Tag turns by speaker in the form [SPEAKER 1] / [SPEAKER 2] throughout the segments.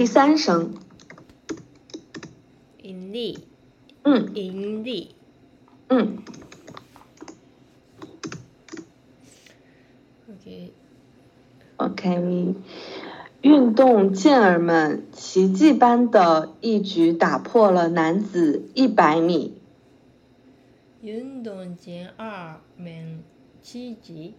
[SPEAKER 1] 第三声，
[SPEAKER 2] 盈利，
[SPEAKER 1] 嗯
[SPEAKER 2] 盈利，
[SPEAKER 1] 嗯，
[SPEAKER 2] OK，
[SPEAKER 1] OK，运动健儿们奇迹般的一举打破了男子一百米。
[SPEAKER 2] 运动健二名奇迹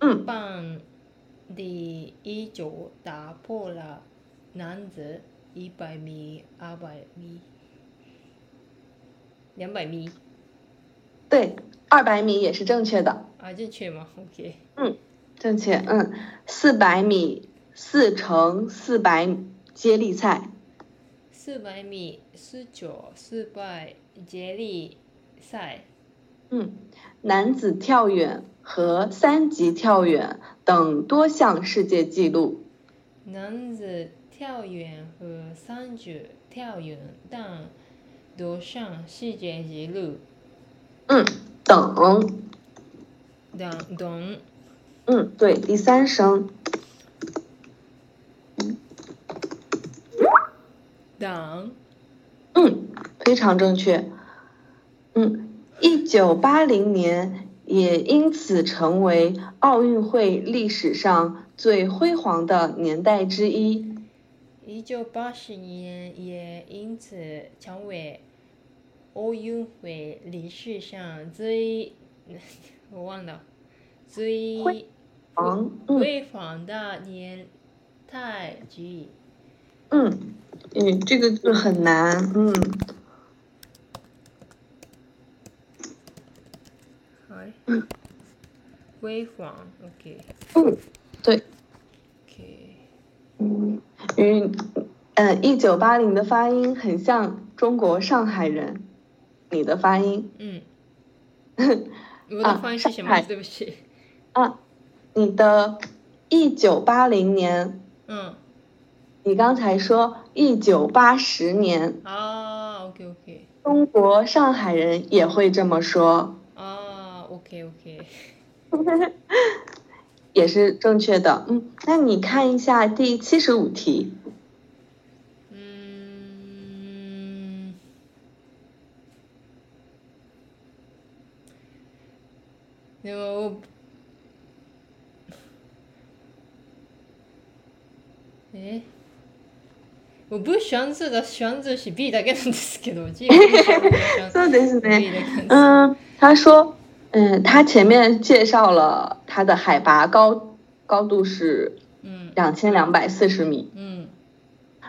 [SPEAKER 1] 嗯
[SPEAKER 2] 棒的一九打破了男子一百米、二百米、两百米，
[SPEAKER 1] 对，二百米也是正确的，
[SPEAKER 2] 啊，正确吗？OK，
[SPEAKER 1] 正确。嗯，四百米四乘四百接力赛。
[SPEAKER 2] 四百米、四九、四百接力赛，
[SPEAKER 1] 嗯，男子跳远和三级跳远等多项世界纪录。
[SPEAKER 2] 男子跳远和三九跳远等夺上世界纪录。
[SPEAKER 1] 嗯，等。
[SPEAKER 2] 等等，
[SPEAKER 1] 嗯，对，第三声。
[SPEAKER 2] 等
[SPEAKER 1] 嗯，非常正确。嗯，一九八零年也因此成为奥运会历史上最辉煌的年代之一。
[SPEAKER 2] 一九八十年也因此成为奥运会历史上最 我忘了最
[SPEAKER 1] 辉嗯嗯
[SPEAKER 2] 辉煌的年代之一。
[SPEAKER 1] 嗯，嗯，这个就很难。嗯，
[SPEAKER 2] 哎，辉煌，OK
[SPEAKER 1] 嗯，对，
[SPEAKER 2] OK，
[SPEAKER 1] 嗯，与呃一九八零的发音很像中国上海人，你的发音
[SPEAKER 2] 嗯，我的翻译是什么？
[SPEAKER 1] 上海
[SPEAKER 2] 对不起，
[SPEAKER 1] 啊，你的一九八零年，
[SPEAKER 2] 嗯，
[SPEAKER 1] 你刚才说一九八十年。
[SPEAKER 2] 啊，OK OK，
[SPEAKER 1] 中国上海人也会这么说，
[SPEAKER 2] 啊，OK OK，
[SPEAKER 1] 也是正确的。嗯，那你看一下第七十五题。
[SPEAKER 2] 嗯，でも、えもうブッシュアンズーだし、アンズーし B だけなんですけど、G ブッシュアンズーだし
[SPEAKER 1] そうですね。
[SPEAKER 2] B だけなん
[SPEAKER 1] 嗯，
[SPEAKER 2] です。
[SPEAKER 1] 他说，嗯，他前面介绍了他的海拔高高度是
[SPEAKER 2] うん、
[SPEAKER 1] 两千两百四十米，
[SPEAKER 2] うん、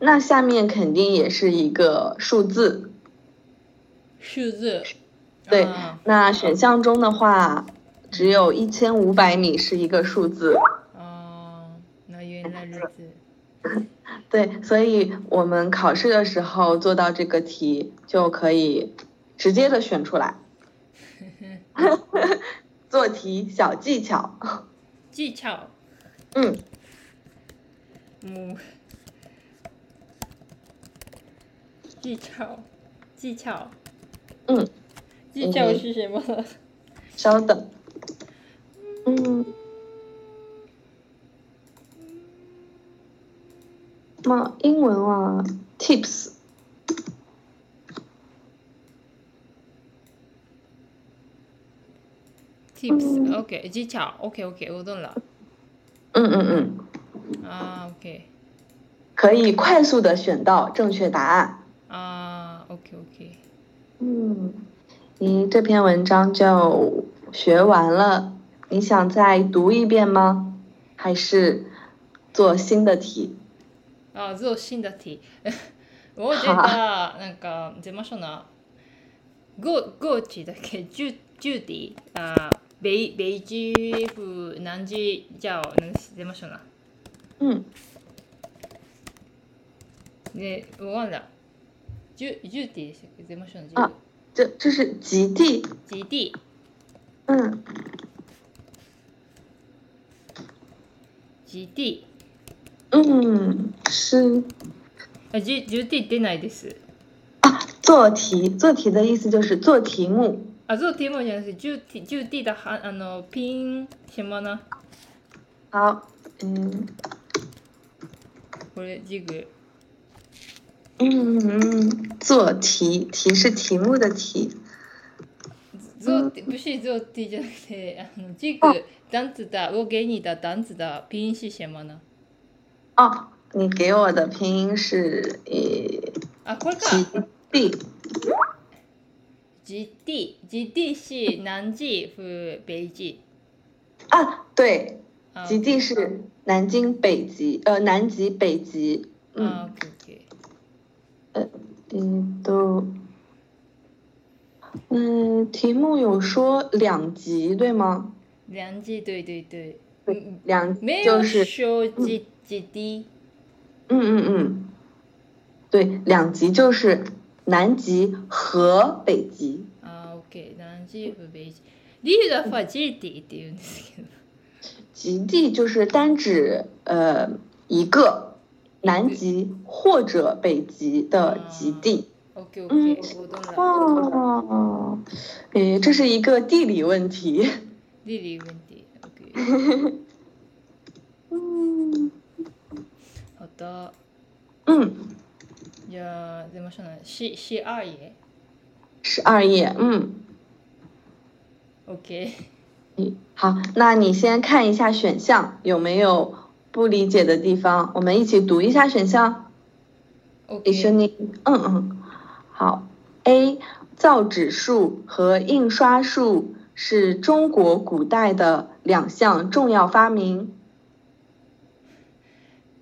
[SPEAKER 1] 那下面肯定也是一个数字。
[SPEAKER 2] 数字。啊
[SPEAKER 1] 对
[SPEAKER 2] あ
[SPEAKER 1] 那选项中的话，只有一千五百米是一个数字。
[SPEAKER 2] ーあー、哦那原来如此。
[SPEAKER 1] 对，所以我们考试的时候做到这个题，就可以直接的选出来。做题小技巧，
[SPEAKER 2] 技巧。
[SPEAKER 1] 嗯，
[SPEAKER 2] 嗯，技巧，技巧，
[SPEAKER 1] 嗯，
[SPEAKER 2] 技巧是什么？
[SPEAKER 1] 稍等，嗯，那英文啊，tips，
[SPEAKER 2] tips OK 技巧 OK OK 我懂了
[SPEAKER 1] 嗯嗯嗯，
[SPEAKER 2] 啊 OK
[SPEAKER 1] 可以快速的选到正确答案。
[SPEAKER 2] 啊 OK OK
[SPEAKER 1] 嗯，你这篇文章就学完了，你想再读一遍吗？还是做新的题？
[SPEAKER 2] あそう死んだって 我觉得なんか怎么说呢ゴゴチだっけジュジュディあベイベイジーフ何時じゃあ何怎么说呢
[SPEAKER 1] 嗯
[SPEAKER 2] ね、わかんない。ジュ、ジューティーでしたっけゼマションジュ
[SPEAKER 1] あ这这是极地。
[SPEAKER 2] GT。
[SPEAKER 1] 嗯
[SPEAKER 2] GT。
[SPEAKER 1] 嗯，是
[SPEAKER 2] あ、ジュ、ジューティー出ないです。
[SPEAKER 1] 做题。做题的意思就是做题目。
[SPEAKER 2] あ、そう、ティモじゃなくて、ジューティー、ジューティーだ、はあの、ピン、シマナ。
[SPEAKER 1] 好，嗯，
[SPEAKER 2] ここれジグ。
[SPEAKER 1] 嗯嗯嗯，做题，题是题目的题。
[SPEAKER 2] ゾーティ、不是ゾーティじゃなくて、あのジグ、ダンツだ、ウォゲニだ、ダンツだ、ピンシシェマナ。
[SPEAKER 1] 哦，你给我的拼音是呃
[SPEAKER 2] あ、これか。
[SPEAKER 1] 吉地
[SPEAKER 2] GT、GT し、何時、ふ、ベイジ。
[SPEAKER 1] 啊，对，
[SPEAKER 2] あ
[SPEAKER 1] 极地是南京北极，呃，南极北极。嗯，
[SPEAKER 2] あ、オッケーオッケー。
[SPEAKER 1] 嗯都。嗯，题目有说两极对吗？
[SPEAKER 2] 何時、对对对。
[SPEAKER 1] 两
[SPEAKER 2] 没
[SPEAKER 1] 就
[SPEAKER 2] 有
[SPEAKER 1] 是
[SPEAKER 2] 说 G、GT。
[SPEAKER 1] 嗯嗯嗯，对，两极就是南极和北极。
[SPEAKER 2] あ、オッケー。何時、ふ、ベイジ。リーダーは GT って言うんですけど。
[SPEAKER 1] 极地就是单指呃一个南极或者北极的极地。
[SPEAKER 2] オッケーオッケー。ゴードンラ。
[SPEAKER 1] 哦，诶，这是一个地理问题。
[SPEAKER 2] リリー・ウェンティ。オッケー。
[SPEAKER 1] 嗯
[SPEAKER 2] あと、
[SPEAKER 1] 嗯，
[SPEAKER 2] じゃあ、出ましょうね。し、し、あいえ。
[SPEAKER 1] 十二页。嗯，
[SPEAKER 2] オッケ ー。
[SPEAKER 1] 好，那你先看一下选项有没有不理解的地方，我们一起读一下选项。
[SPEAKER 2] オッケ
[SPEAKER 1] 一緒
[SPEAKER 2] ー。
[SPEAKER 1] に嗯嗯，好。A 造纸术和印刷术是中国古代的两项重要发明。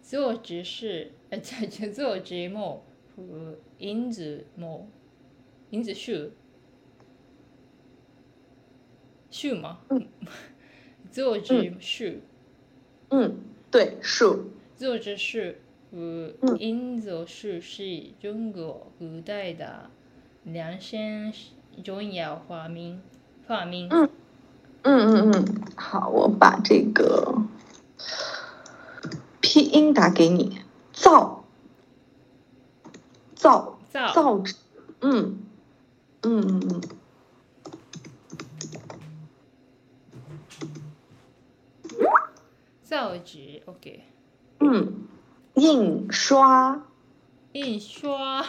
[SPEAKER 2] 造纸是、呃え、じゃじゃ造紙も、ふ印図も、印図集集吗？ 造纸集，
[SPEAKER 1] 嗯，对，术。
[SPEAKER 2] 造纸是呃和印度是是中国古代的两项重要发明发明。
[SPEAKER 1] 嗯嗯嗯嗯，好，我把这个拼音打给你。造，造，
[SPEAKER 2] 造
[SPEAKER 1] 造纸。嗯，嗯嗯嗯。
[SPEAKER 2] 造纸，OK。
[SPEAKER 1] 嗯，印刷，
[SPEAKER 2] 印刷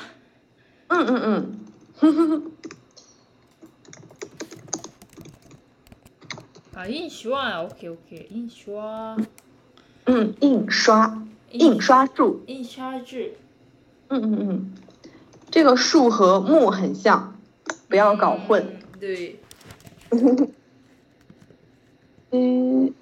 [SPEAKER 1] 嗯嗯嗯，
[SPEAKER 2] 啊，印刷，OK OK，印刷，
[SPEAKER 1] 嗯，印刷，印刷术，
[SPEAKER 2] 印刷纸，
[SPEAKER 1] 嗯嗯嗯，这个树和木很像，不要搞混。
[SPEAKER 2] 嗯。对，
[SPEAKER 1] 嗯，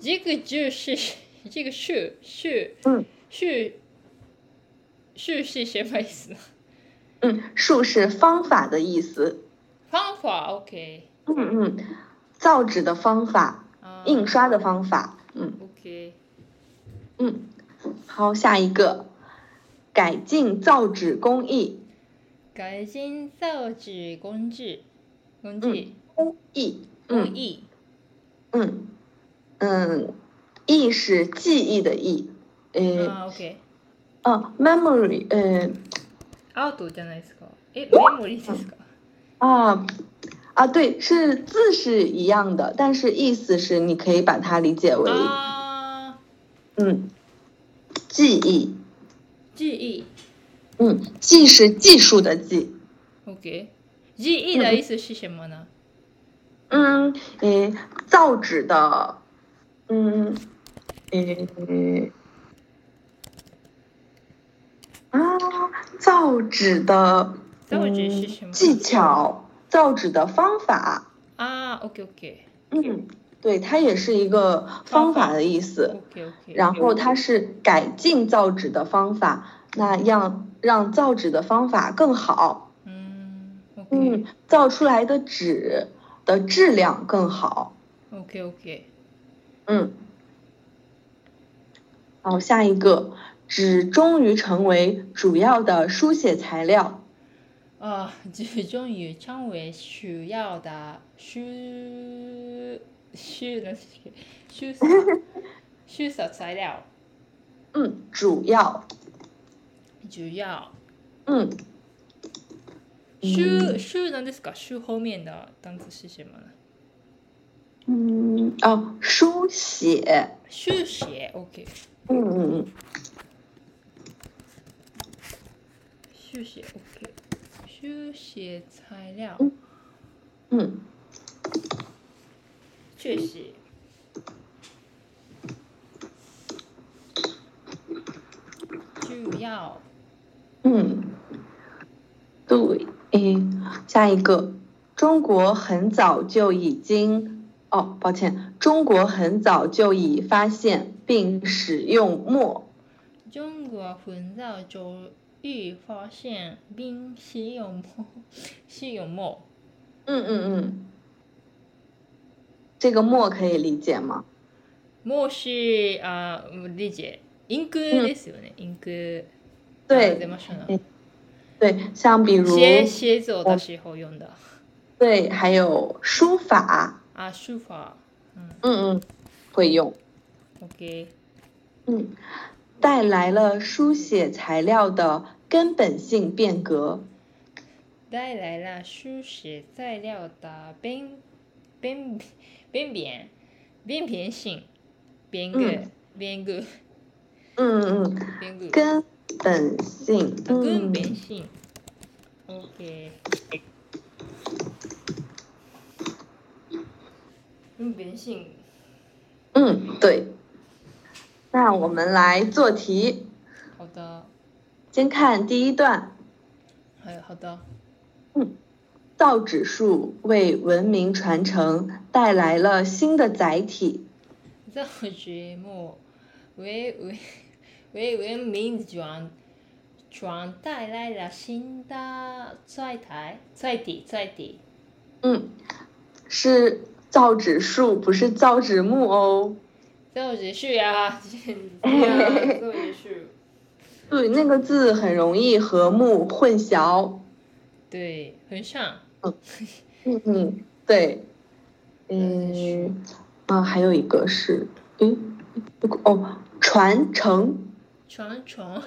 [SPEAKER 2] 这个就是 这个是是
[SPEAKER 1] 嗯
[SPEAKER 2] 是是是什么意思呢？
[SPEAKER 1] 嗯，术是方法的意思。
[SPEAKER 2] 方法 OK
[SPEAKER 1] 嗯嗯，造纸的方法，
[SPEAKER 2] 啊，
[SPEAKER 1] 印刷的方法。嗯
[SPEAKER 2] OK
[SPEAKER 1] 嗯，好，下一个，改进造纸工艺，
[SPEAKER 2] 改进造纸工具工具
[SPEAKER 1] 工艺，
[SPEAKER 2] 工
[SPEAKER 1] 嗯
[SPEAKER 2] 艺
[SPEAKER 1] 嗯嗯，艺是记忆的忆，呃。
[SPEAKER 2] 啊 OK
[SPEAKER 1] あ、memory、え呃ー、
[SPEAKER 2] アートじゃないですか？えメモリーですか？
[SPEAKER 1] あー啊，对，是字是一样的，但是意思是你可以把它理解为
[SPEAKER 2] あ
[SPEAKER 1] 嗯，记忆，
[SPEAKER 2] ー記忆
[SPEAKER 1] 嗯，记是技术的记，
[SPEAKER 2] OK 记忆的意思是什么呢？
[SPEAKER 1] 嗯，诶，造纸的，嗯，诶，啊，造纸的，
[SPEAKER 2] 造纸是
[SPEAKER 1] 嗯
[SPEAKER 2] 什么
[SPEAKER 1] 技巧，造纸的方法，
[SPEAKER 2] あー OK OK
[SPEAKER 1] 嗯，对，它也是一个方法的意思。
[SPEAKER 2] OK OK
[SPEAKER 1] 然后它是改进造纸的方法，那样让造纸的方法更好，
[SPEAKER 2] 嗯 OK
[SPEAKER 1] 嗯，造出来的纸的质量更好，
[SPEAKER 2] OK OK
[SPEAKER 1] 嗯。好，下一个，纸终于成为主要的书写材料。
[SPEAKER 2] 啊，这终于成为需要的需需的需索需索材料，
[SPEAKER 1] 嗯，主要，
[SPEAKER 2] 主要
[SPEAKER 1] 嗯，
[SPEAKER 2] 需需なんですか？需后面的单词是什么呢？
[SPEAKER 1] 嗯，哦，书写，
[SPEAKER 2] 手写 OK
[SPEAKER 1] 嗯嗯嗯，
[SPEAKER 2] 手写 OK 手写材料
[SPEAKER 1] 嗯嗯，
[SPEAKER 2] 确实主要
[SPEAKER 1] 嗯，对，诶，下一个，中国很早就已经，哦，抱歉，中国很早就已发现并使用墨，
[SPEAKER 2] 中国很早就已发现并使 用墨使用墨
[SPEAKER 1] 嗯嗯嗯，这个墨可以理解吗？
[SPEAKER 2] もし、あ、理解。インクですよね、インク。
[SPEAKER 1] 对
[SPEAKER 2] 出ましたな
[SPEAKER 1] え对，像比如，
[SPEAKER 2] 写写作的时候用的。
[SPEAKER 1] 对，还有书法，
[SPEAKER 2] あ、书法。
[SPEAKER 1] 嗯嗯，会用。
[SPEAKER 2] OK。
[SPEAKER 1] 嗯，带来了书写材料的根本性变革。
[SPEAKER 2] 带来了书写材料的便便便便便便性便
[SPEAKER 1] うん
[SPEAKER 2] 具便具
[SPEAKER 1] 嗯嗯
[SPEAKER 2] 便具
[SPEAKER 1] 嗯，根本性。
[SPEAKER 2] 根
[SPEAKER 1] 嗯，
[SPEAKER 2] 本性。OK。根本性。
[SPEAKER 1] 嗯，对。那我们来做题，
[SPEAKER 2] 好的，
[SPEAKER 1] 先看第一段：
[SPEAKER 2] 还有好的。
[SPEAKER 1] 造纸术为文明传承带来了新的载体。
[SPEAKER 2] 造纸幕为为为文明传传带来了新的载体载体载体。
[SPEAKER 1] 嗯，是造纸术，不是造纸木哦。
[SPEAKER 2] 造纸术呀，造纸术。
[SPEAKER 1] 对，那个字很容易和木混淆。
[SPEAKER 2] 对，很像。
[SPEAKER 1] 嗯嗯，对，
[SPEAKER 2] 嗯
[SPEAKER 1] 嗯，啊，还有一个是，嗯，哦，传承，
[SPEAKER 2] 传承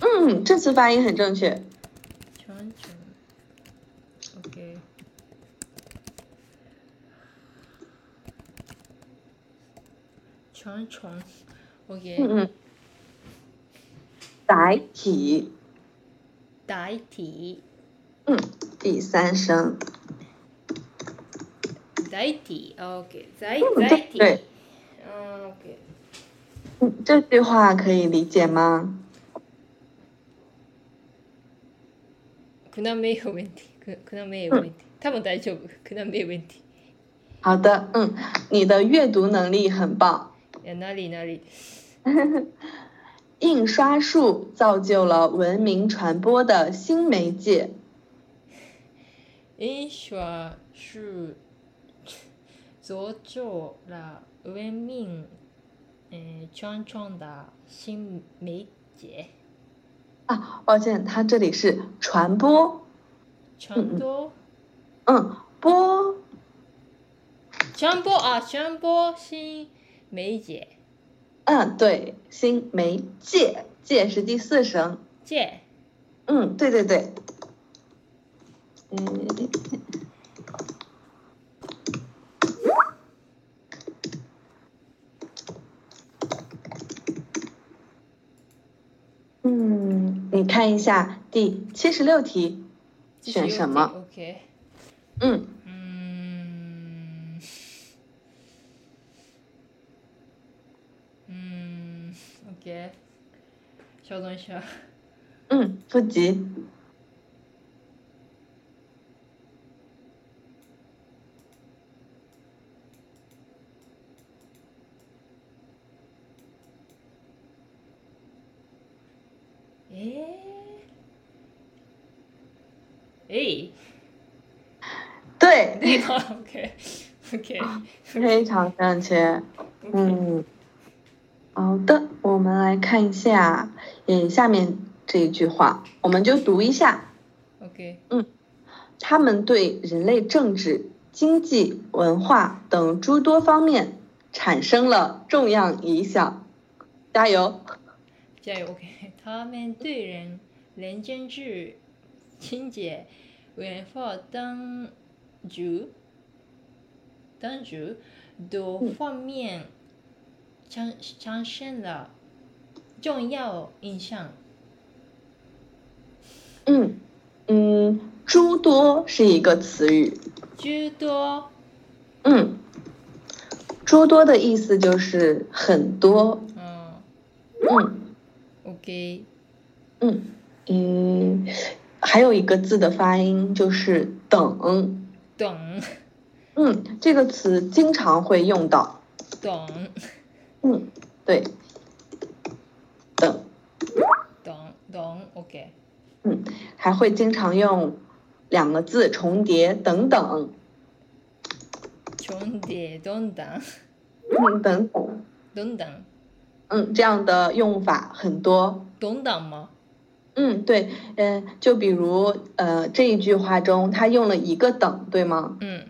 [SPEAKER 1] 嗯，这次发音很正确。
[SPEAKER 2] 传承。OK。传承。OK、
[SPEAKER 1] 嗯嗯，载体，
[SPEAKER 2] 载体
[SPEAKER 1] 嗯，第三声，
[SPEAKER 2] 载体，OK，载
[SPEAKER 1] 嗯
[SPEAKER 2] 载体，
[SPEAKER 1] 对
[SPEAKER 2] 嗯，OK，
[SPEAKER 1] 嗯，这句话可以理解吗？
[SPEAKER 2] くなめよ問題、くくなめよ問題、多分大丈夫、くなめよ問題。
[SPEAKER 1] 好的，嗯，你的阅读能力很棒。
[SPEAKER 2] いやなりなり。
[SPEAKER 1] 印刷术造就了文明传播的新媒介。
[SPEAKER 2] 印刷术造就了文明，嗯，传承的新媒介，
[SPEAKER 1] 啊，抱歉，它这里是传播，
[SPEAKER 2] 传播，
[SPEAKER 1] 嗯，播，
[SPEAKER 2] 传播啊，传播新媒介，
[SPEAKER 1] 嗯，对，新媒介，介是第四声，
[SPEAKER 2] 介
[SPEAKER 1] 嗯，对对对，嗯，嗯，你看一下第七十六题，选什么？
[SPEAKER 2] ？OK。
[SPEAKER 1] 嗯，
[SPEAKER 2] 嗯，嗯，OK，稍等一下。
[SPEAKER 1] 嗯，不急，
[SPEAKER 2] えー、えい
[SPEAKER 1] 对，
[SPEAKER 2] で今 OK OK
[SPEAKER 1] 非常正确。嗯，好的，我们来看一下，嗯，下面这一句话，我们就读一下。
[SPEAKER 2] OK
[SPEAKER 1] 他们对人类政治、经济、文化等诸多方面产生了重要影响。加油！
[SPEAKER 2] じゃあ OK 他们对人人政治情节文化当主男女的方面产产生了重要影响。
[SPEAKER 1] 嗯嗯，诸多是一个词语。
[SPEAKER 2] 诸多，
[SPEAKER 1] 嗯，诸多的意思就是很多。
[SPEAKER 2] 嗯
[SPEAKER 1] 嗯
[SPEAKER 2] ，OK，
[SPEAKER 1] 嗯嗯，还有一个字的发音就是等。
[SPEAKER 2] 懂
[SPEAKER 1] 嗯，这个词经常会用到。
[SPEAKER 2] 懂
[SPEAKER 1] 嗯，对，等
[SPEAKER 2] 懂懂，OK，
[SPEAKER 1] 还会经常用两个字重叠，等等，
[SPEAKER 2] 重叠どんどん
[SPEAKER 1] 嗯，等等，
[SPEAKER 2] どんどん
[SPEAKER 1] 嗯，这样的用法很多。
[SPEAKER 2] どんどん吗？
[SPEAKER 1] 嗯，对，嗯、就比如，呃，这一句话中，他用了一个等，对吗？
[SPEAKER 2] 嗯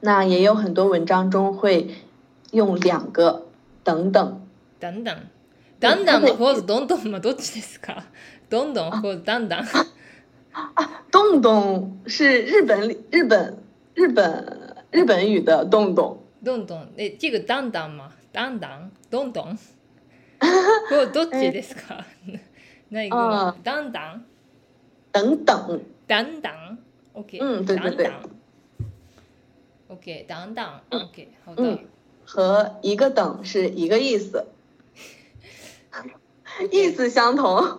[SPEAKER 1] 那也有很多文章中会用两个等等。
[SPEAKER 2] だんだんだんだんの方とどんどんはどっちですか？どんどん方だんだん
[SPEAKER 1] 洞洞是日本里日本日本日本语的洞洞，
[SPEAKER 2] どんどんえ这个だんだん吗？だんだんどんど んこれどっちですか？那一
[SPEAKER 1] あ
[SPEAKER 2] 个だんだん
[SPEAKER 1] 等等。
[SPEAKER 2] だんだん OK，
[SPEAKER 1] 嗯对对对
[SPEAKER 2] だんだん OK，だんだん
[SPEAKER 1] 嗯
[SPEAKER 2] OK，好的
[SPEAKER 1] 嗯，和一个等是一个意思，意思相同。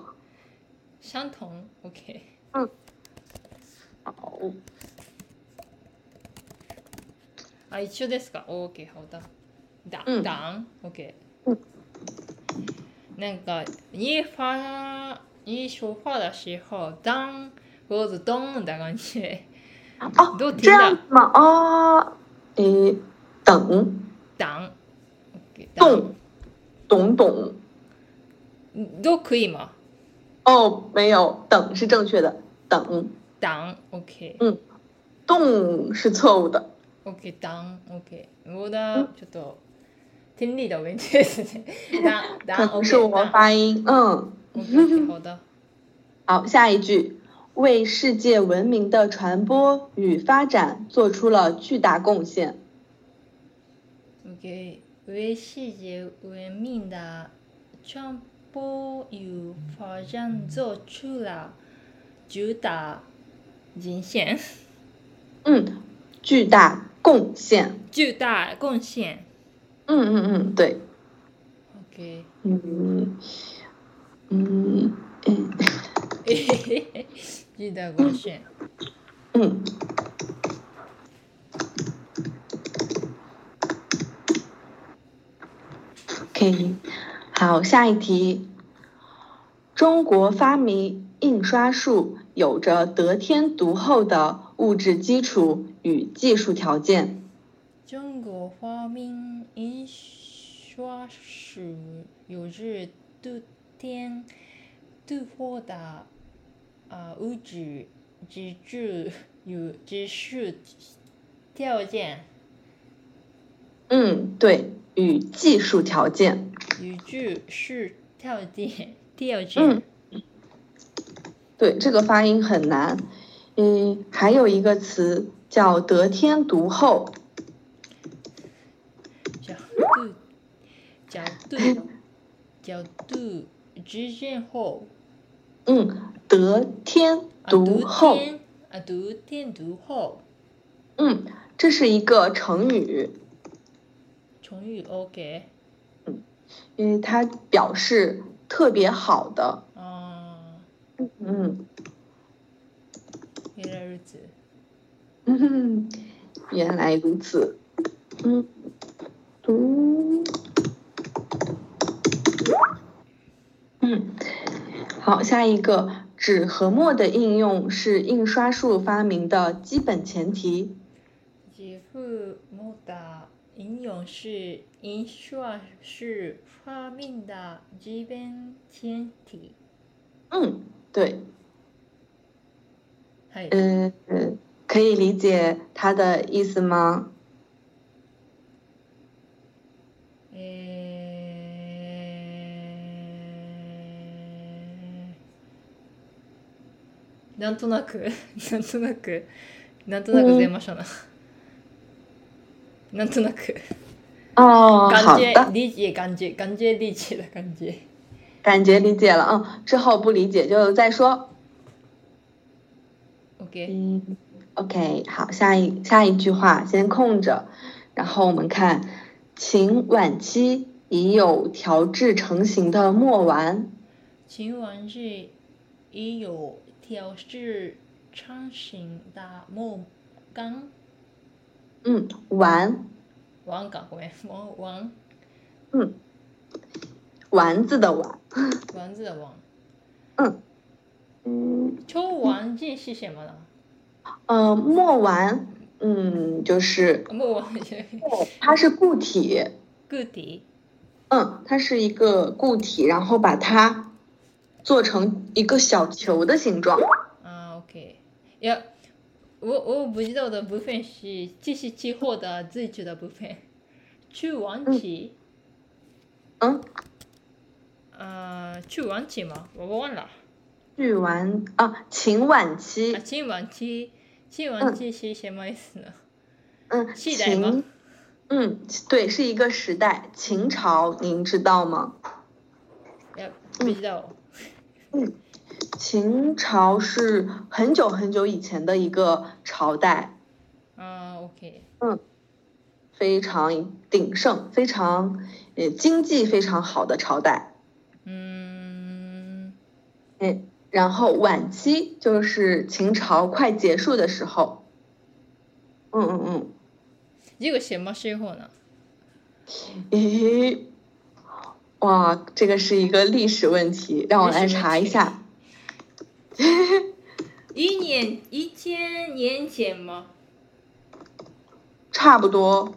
[SPEAKER 2] 相同 OK，哦
[SPEAKER 1] 好，
[SPEAKER 2] あ一緒ですか OK 好的，だ
[SPEAKER 1] うん
[SPEAKER 2] だん OK，
[SPEAKER 1] うん
[SPEAKER 2] なんか你发你说话的时候，当或者咚的感觉，
[SPEAKER 1] 哦，
[SPEAKER 2] 都听
[SPEAKER 1] 这样
[SPEAKER 2] 到
[SPEAKER 1] 子吗？哦，诶，等
[SPEAKER 2] 当 OK，当
[SPEAKER 1] 动懂懂。
[SPEAKER 2] 都可以吗？
[SPEAKER 1] 哦，没有，等是正确的，等
[SPEAKER 2] 当 OK
[SPEAKER 1] 动是错误的。
[SPEAKER 2] OK 当 OK，我的ちょっと听力的问题ですね。当
[SPEAKER 1] 可
[SPEAKER 2] 当
[SPEAKER 1] 能
[SPEAKER 2] OK
[SPEAKER 1] 是我
[SPEAKER 2] 当
[SPEAKER 1] 发音。嗯，
[SPEAKER 2] OK 好的，
[SPEAKER 1] 好，下一句，为世界文明的传播与发展做出了巨大贡献。
[SPEAKER 2] OK，为世界文明的传播与发展做出了巨大贡 献，
[SPEAKER 1] 嗯，巨大贡献。
[SPEAKER 2] 巨大贡献。
[SPEAKER 1] 嗯嗯嗯，对，
[SPEAKER 2] OK，
[SPEAKER 1] 嗯嗯嗯
[SPEAKER 2] 巨大贡献。
[SPEAKER 1] 嗯，可以。好，下一题。中国发明印刷术有着得天独厚的物质基础与技术条件。
[SPEAKER 2] 中国发明印刷术有着独天独厚的啊物质技术与技术条件，
[SPEAKER 1] 嗯，对，与技术条件。
[SPEAKER 2] 与技术条件条
[SPEAKER 1] 嗯
[SPEAKER 2] 件。，
[SPEAKER 1] 对，这个发音很难。嗯，还有一个词叫得天独厚。
[SPEAKER 2] 角度角度角度之前后
[SPEAKER 1] 嗯，得天
[SPEAKER 2] 啊
[SPEAKER 1] 独厚。
[SPEAKER 2] 天啊独天独厚
[SPEAKER 1] 嗯，这是一个成语，
[SPEAKER 2] 成语 OK。
[SPEAKER 1] 因为嗯它表示特别好的。
[SPEAKER 2] あ
[SPEAKER 1] 嗯
[SPEAKER 2] ーヘラルツ
[SPEAKER 1] 嗯哼，原来如此。嗯，读。嗯，好，下一个，纸和墨的应用是印刷术发明的基本前提。
[SPEAKER 2] 自負モーター引用是印刷是发明的基本前提。
[SPEAKER 1] 嗯，对，
[SPEAKER 2] はい。
[SPEAKER 1] 嗯嗯，可以理解它的意思吗？
[SPEAKER 2] え ー、なんとなくなんとなくなんとなく出ましたな。なんとなく。
[SPEAKER 1] 哦，
[SPEAKER 2] 感
[SPEAKER 1] 好
[SPEAKER 2] 觉
[SPEAKER 1] 的，
[SPEAKER 2] 理解感觉感觉理解的感觉。
[SPEAKER 1] 感觉理解了。嗯，之后不理解就再说。
[SPEAKER 2] OK，
[SPEAKER 1] 嗯，OK，好，下一下一句话先空着，然后我们看，秦晚期已有调制成型的墨丸。
[SPEAKER 2] 秦王是也有调制成型的木缸
[SPEAKER 1] 嗯，丸，
[SPEAKER 2] 王岗，ごめん王王
[SPEAKER 1] 丸子的丸。
[SPEAKER 2] 丸子的王。
[SPEAKER 1] 嗯，
[SPEAKER 2] 抽王这是什么呢？
[SPEAKER 1] 呃，墨丸，嗯，就是
[SPEAKER 2] 木王是
[SPEAKER 1] 它是固体，
[SPEAKER 2] 个体。
[SPEAKER 1] 嗯，它是一个固体，然后把它做成一个小球的形状。
[SPEAKER 2] 啊，OK，いや、我我不知道的部分是这是期货的最主的部分，去完期，
[SPEAKER 1] 嗯，
[SPEAKER 2] 呃，去完期吗？我忘了，
[SPEAKER 1] 剧完啊，秦晚期
[SPEAKER 2] 啊，，去完期，去完期是什么意思呢？
[SPEAKER 1] 嗯，
[SPEAKER 2] 期待吗
[SPEAKER 1] 秦，嗯，对，是一个时代，秦朝，您知道吗？
[SPEAKER 2] いや、不知道。
[SPEAKER 1] 秦朝是很久很久以前的一个朝代，
[SPEAKER 2] 啊，OK，
[SPEAKER 1] 非常鼎盛，非常呃经济非常好的朝代。
[SPEAKER 2] 嗯，
[SPEAKER 1] 然后晚期就是秦朝快结束的时候。嗯嗯
[SPEAKER 2] 这个什么时候呢？
[SPEAKER 1] 嗯，咦，哇，这个是一个历史问题，让我来查一下。
[SPEAKER 2] 一年一千年前吗？
[SPEAKER 1] 差不多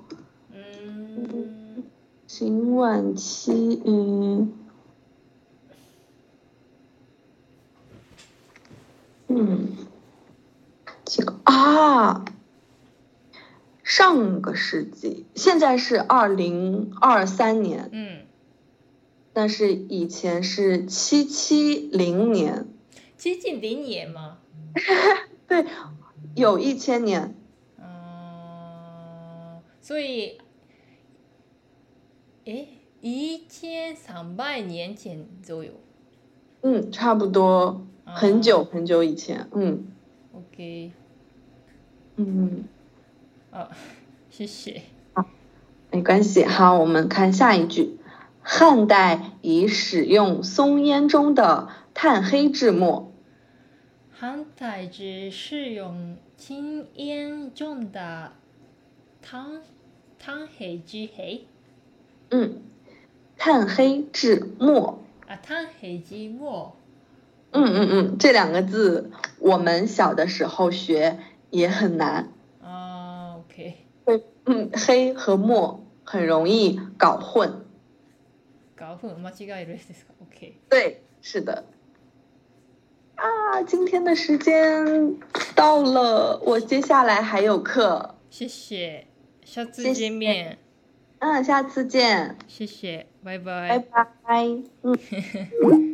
[SPEAKER 2] 嗯，
[SPEAKER 1] 秦晚期，嗯，嗯，这个啊，上个世纪，现在是二零二三年。
[SPEAKER 2] 嗯，
[SPEAKER 1] 但是以前是七七零年，
[SPEAKER 2] 接近零年吗？
[SPEAKER 1] 对，有一千年，
[SPEAKER 2] あー啊所以，え、一千三百年前左右。
[SPEAKER 1] 嗯，差不多
[SPEAKER 2] あー
[SPEAKER 1] 很久。很久以前，嗯
[SPEAKER 2] OK，
[SPEAKER 1] 嗯，
[SPEAKER 2] あ、 谢谢。
[SPEAKER 1] 没关系。好，我们看下一句，汉代已使用松烟中的炭黑制墨，
[SPEAKER 2] 反対字是用禁烟中的炭炭黑之黑
[SPEAKER 1] 嗯，炭黑制墨，
[SPEAKER 2] 啊，炭黑之墨。
[SPEAKER 1] 嗯嗯嗯，这两个字我们小的时候学也很难，
[SPEAKER 2] 啊，OK，
[SPEAKER 1] 嗯，黑和墨很容易搞混。
[SPEAKER 2] 搞混間違えるですか？OK，
[SPEAKER 1] 对，是的。啊，今天的时间到了，我接下来还有课。
[SPEAKER 2] 谢谢，下次
[SPEAKER 1] 谢谢
[SPEAKER 2] 见面，
[SPEAKER 1] 嗯，下次见，
[SPEAKER 2] 谢谢，拜
[SPEAKER 1] 拜
[SPEAKER 2] 拜。
[SPEAKER 1] 拜。嗯。